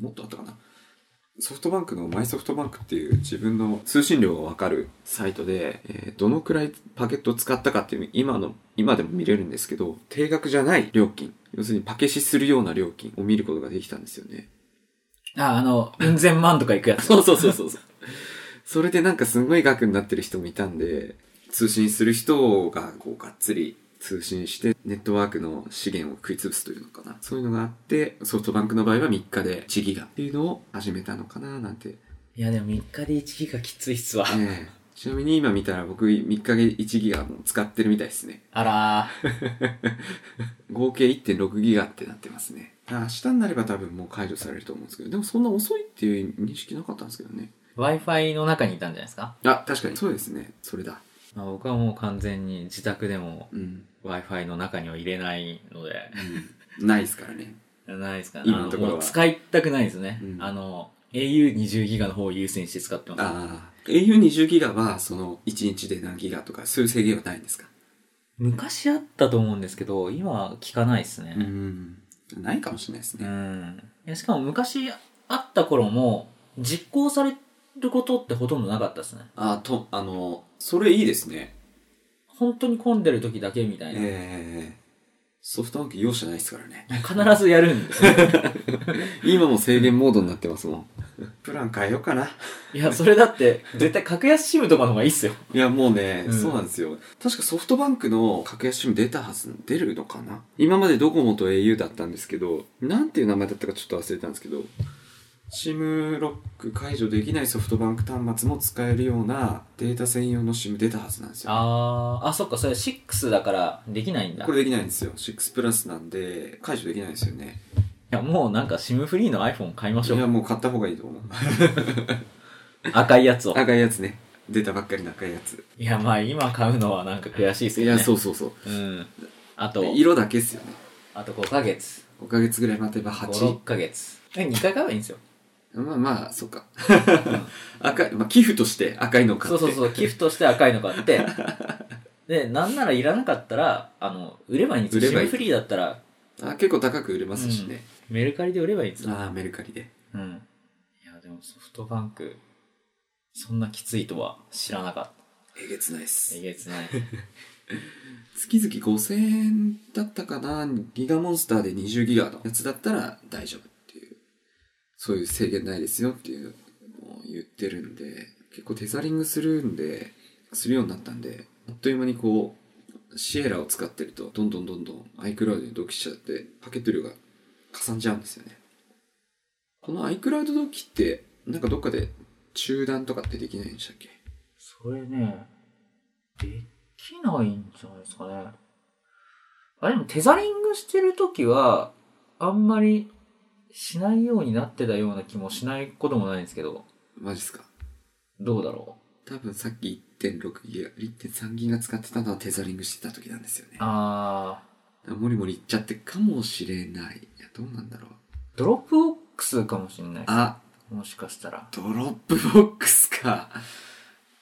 もっとあったかな。ソフトバンクのマイソフトバンクっていう自分の通信量がわかるサイトで、えーどのくらいパケットを使ったかっていう今の、今でも見れるんですけど、定額じゃない料金、要するにパケシするような料金を見ることができたんですよね。あ、あの、うん千万とか行くやつ。そうそうそうそうそう。それでなんかすごい額になってる人もいたんで、通信する人がこうがっつり通信してネットワークの資源を食い潰すというのかな。そういうのがあって、ソフトバンクの場合は3日で1ギガっていうのを始めたのかななんて。いや、でも3日で1ギガきついっすわ。ええちなみに今見たら僕3日で1ギガもう使ってるみたいですね。あら合計1.6ギガってなってますね。明日になれば多分もう解除されると思うんですけど、でもそんな遅いっていう認識なかったんですけどね。ー。Wi-Fi の中にいたんじゃないですか、あ、確かに。そうですね。それだ。まあ、僕はもう完全に自宅でもうん。 Wi-Fi の中には入れないので、うんないですからね。ないですかね。今のところはあもう使いたくないですね。うんあの、au20 ギガの方を優先して使ってます。ああ。au20 ギガは、その、1日で何ギガとか、そういう制限はないんですか昔あったと思うんですけど、今聞かないですね。ん。ないかもしれないですうね。ん。いやしかも昔あった頃も、実行されることってほとんどなかったですね。ああ、と、あの、それいいですね。本当に混んでる時だけみたいな。ええソフトバンク容赦 ないですからね。 必ずやるんですよ。今も制限モードになってますもん。プラン変えようかな。いや、それだって、絶対格安シムとかの方がいいっすよ。いや、もうね、うんそうなんですよ。確かソフトバンクの格安シム出たはず、出るのかな今までドコモと au だったんですけど、なんていう名前だったかちょっと忘れたんですけど、シムロック解除できないソフトバンク端末も使えるようなデータ専用のシム出たはずなんですよ。あー、あ、そっか、それ6だからできないんだ。こいれできないんですよ。6プラスなんで、解除できないですよね。や、もうなんかシムフリーの iPhone 買いましいょや、う。もう買った方がいいと思う。赤いやつを。赤いやつね。出たばっかりの赤いやつ。いや、まあ今買うのはなんか悔しいっすいよや、ね。そうそうそう。う。うん。あと、色だけっすよね。あと5ヶ月。 5ヶ月ぐらい待てば5、 8 6。ヶ月。え、2回買えばいいんですよ。まあまあ、そうか。赤い、まあ、寄付として赤いのを買そっうて。そうそう、寄付として赤いの買って、で、なんならいらなかったら、あの、売ればいいんですよ。売れシばいムいフリーだったら、あ結構高く売れますしね。メルカリで売ればいいんですよ。ああ、メルカリで。うん。いや、でもソフトバンク、そんなきついとは知らなかっ。えげつないったえす。げつない。月々5000円だったかな。ギガモンスターで20ギガのやつだったら大丈夫っていう。そういう制限ないですよっていうのを言ってるんで、結構テザリングするんで、するようになったんで、あっという間にこう、シエラを使ってると、どんどんどんどん iCloud に同期しちゃって、パケット量がかさんじゃうんですよね。この iCloud 同期って、なんかどっかで中断とかってできないんでしたっけそれね、できないんじゃないですかね。あ、でもテザリングしてるときは、あんまりしないようになってたような気もしないこともないんですけど、マジっすかどうだろう。多分さっき1.6ギガ、1.3ギガ使ってたのはテザリングしてた時なんですよね。あもりもりいっちゃってかもしれない。いや、どうなんだろう。ー、ドロップボックスかもしれないです。あ、もしかしたら。ドロップボックスか。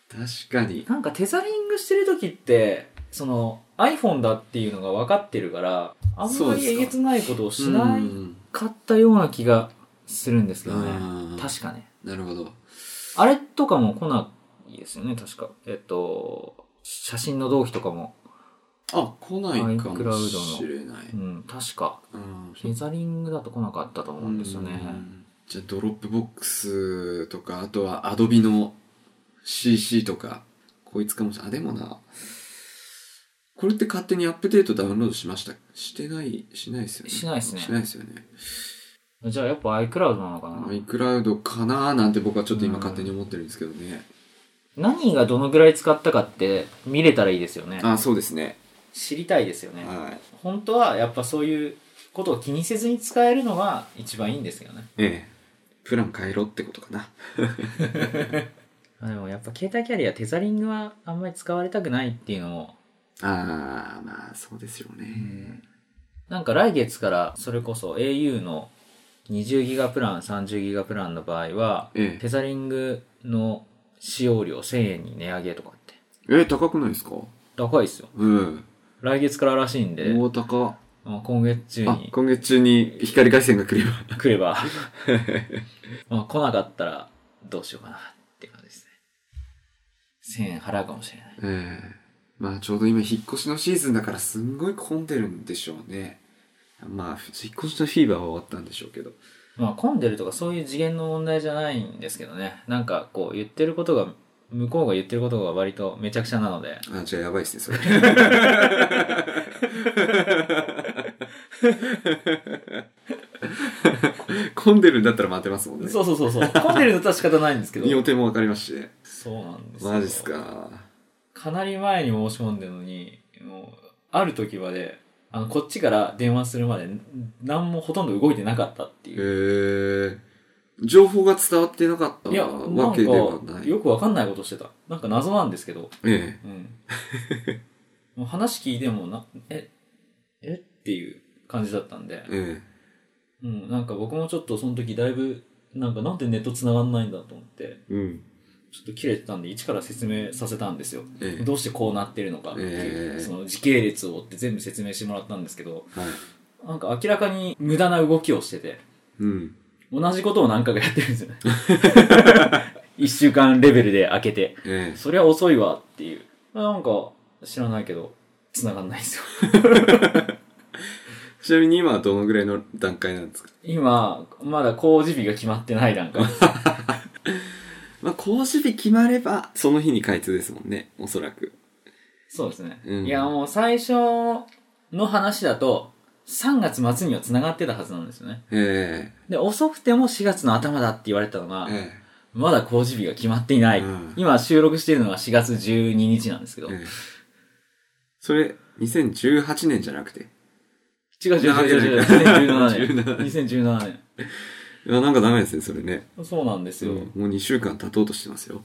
確かに。なんかテザリングしてる時って、その iPhone だっていうのが分かってるから、あんそうまですりかえげつないことをしなういんかったような気がするんですけどね。あー確かね。なるほど。あれとかも来ないですよね、確か。えっと、写真の同期とかも。あ、来ないかもしれない。うん、確か。うんテザリングだと来なかったと思うんですよね。うんじゃあ、ドロップボックスとか、あとはアドビの CC とか、こいつかもしれない。あ、でもな、これって勝手にアップデートダウンロードしましたしてない、しないですよね。しないですねしないですよね。じゃあやっぱ iCloud なのかな、 iCloud かなーなんて僕はちょっと今勝手に思ってるんですけどね。何がどのぐらい使ったかって見れたらいいですよね。あ、そうですね。知りたいですよね。はい。本当はやっぱそういうことを気にせずに使えるのが一番いいんですよね。ええ。プラン変えろってことかな。あでもやっぱ携帯キャリア、テザリングはあんまり使われたくないっていうのも、あー、まあそうですよね。なんか来月からそれこそ au の20ギガプラン、30ギガプランの場合は、ええ。テザリングの使用料1000円に値上げとかって。ええ、高くないですか高いっすよ。うん。来月かららしいんで、大高。まあ今月中あに、今月中に光回線が来れば。来れば、 まあ来なかったらどうしようかなって感じですね。1000円払うかもしれない。 ええまあちょうど今引っ越しのシーズンだからすんごい混んでるんでしょうね。まあ、引っ越しのフィーバーは終わったんでしょうけど。まあ混んでるとかそういう次元の問題じゃないんですけどね。なんかこう言ってることが、向こうが言ってることが割とめちゃくちゃなので、あ、じゃあやばいっすね、 それ。混んでるんだったら待てますもんね。そうそうそう そう。混んでるのとは仕方ないんですけど。予定もわかりますしね。そうなんですよマジっす。か。かなり前に申し込んでるのに、もう、ある時まで、あの、こっちから電話するまで、何もほとんど動いてなかったってへいう。え。情報が伝わってなかったいや、なわんけではなか、い。よくわかんないことしてた。なんか謎なんですけど、え うん。もう話聞いてもな、え、えっていう感じだったんでえ。、えうん、なんか僕もちょっとその時だいぶ、なんかなんでネット繋がんないんだと思って、え。うん。ちょっと切れてたんで、一から説明させたんですよ。えどうしてこうなってるのかっていう、ええその時系列を追って全部説明してもらったんですけど、え。はい。なんか明らかに無駄な動きをしてて、うん。同じことを何回かやってるんですよ ね。一週間レベルで開けて、ええ。そりゃ遅いわっていう。なんか、知らないけど、繋がんないんですよ。ちなみに今はどのぐらいの段階なんですか今、まだ工事日が決まってない段階です。まあ、公示日決まれば、その日に開通ですもんね、おそらく。そうですね。うんいや、もう最初の話だと、3月末には繋がってたはずなんですよね。えで、遅くても4月の頭だって言われてたのがえ、えまだ工事日が決まっていなえい。うん今収録しているのが4月12日なんですけど、ええそれ、2018年じゃなくて。違う違う違う違う、 17 2017年年。2017年。いや、なんかダメですね、それね。そうなんですよ。うんもう2週間経とうとしてますよ。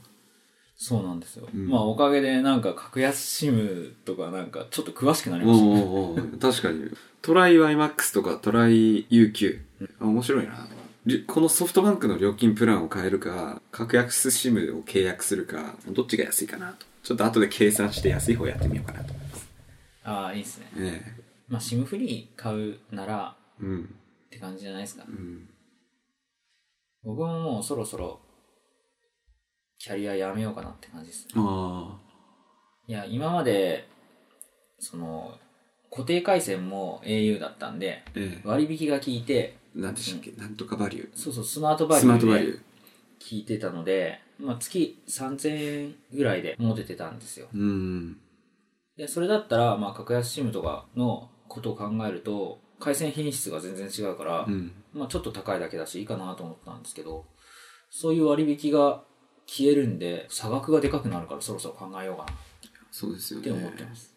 そうなんですよ。うんまあおかげでなんか格安シムとかなんかちょっと詳しくなりおました。うおうおう確かに。トライ YMAX とかトライ UQ。あ面白いな。りこのソフトバンクの料金プランを変えるか、格安 SIM を契約するか、どっちが安いかなと。ちょっと後で計算して安い方やってみようかなと。ああ、いいですね。ええ。まあシムフリー買うならうん。って感じじゃないですかう。ん。僕ももうそろそろキャリアやめようかなって感じです。あいや、今まで、その、固定回線も au だったんで、あ。ええ。割引が効いて、なんでしたっけ、なんとかバリュそうそう、スマートー。バリスマュートバリーュで聞いてたので、まあ、月3000円ぐらいで持ててたんですよ。ー。うん。で、それだったら、まあ、格安シムとかのことを考えると、回線品質が全然違うから、うん。まあ、ちょっと高いだけだし、いいかなと思ったんですけど、そういう割引が消えるんで、差額がでかくなるから、そろそろ考えようかなそうですよっね。て思ってます。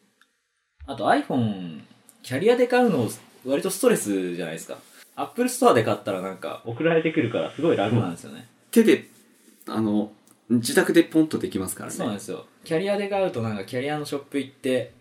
あと iPhone、キャリアで買うの割とストレスじゃないですか。Apple Store で買ったらなんか送られてくるからすごい楽なんですよね。手で、あの、自宅でポンとできますからね。そうなんですよ。キャリアで買うとなんかキャリアのショップ行って、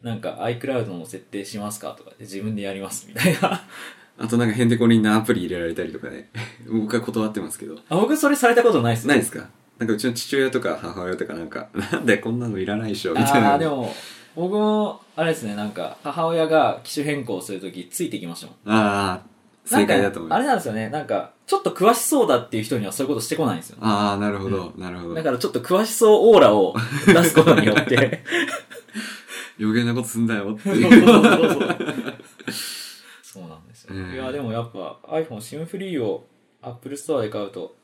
なんか iCloud の設定しますかとかで自分でやりますみたいな。 あとなんかヘンテコリンなアプリ入れられたりとかね。 僕は断ってますけど。あ僕それされたことないですないね。ですかなんかうちの父親とか母親とかなんか、 なんでこんなのいらないでしょみたいな。ああ、でも僕もあれですね、なんか母親が機種変更するときついてきましたもん。ああ、正解だと思いなんかあます。れなんですよね、なんかちょっと詳しそうだっていう人にはそういうことしてこないんですよ。ああ、なるほど、なるほだど。からちょっと詳しそうオーラを出すことによって。余計なことすんだよってそうい。そうう そうそう。そうなんですよ。うんいや、でもやっぱ iPhone シムフリーを Apple Store で買うと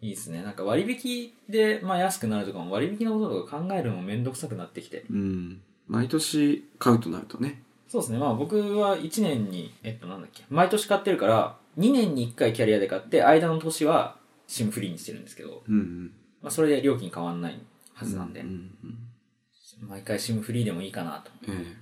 いいですね。なんか割引で、まあ、安くなるとかも割引のこととか考えるのもめんどくさくなってきて。うん。毎年買うとなるとね。そうですね。まあ僕は1年に、えっとなんだっけ、毎年買ってるから、2年に1回キャリアで買って、間の年はシムフリーにしてるんですけど、うんうん。まあそれで料金変わんないはずなんで、うんうん毎回シムフリーでもいいかなと。ええ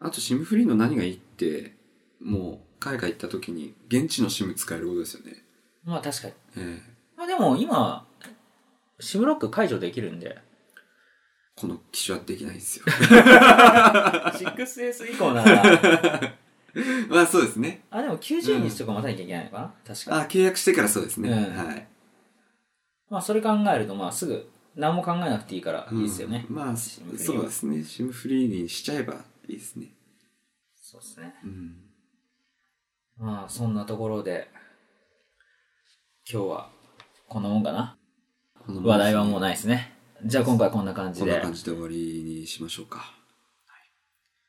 あと、シムフリーの何がいいって、もう、海外行った時に、現地のシム使えることですよね。まあ確かに。ええまあでも今、シムロック解除できるんで、この機種はできないんですよ。 6S 以降なら、まあ、そうですね。 あ、でも90日とか待たなきゃいけないのかな確か。あ、契約してからそうですね。うんはい。まあそれ考えると、まあすぐ、何も考えなくていいからいいですよね。うんまあ、シそムフリーはうですね。シムフリーにしちゃえばいいですね。そうですね。うん。まあそんなところで、今日はこんなもんかな。この話題はもうないですね。じゃあ今回こんな感じこんなで、感じで終わりにしましょうか。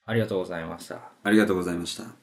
ありがとうございました。ありがとうございました。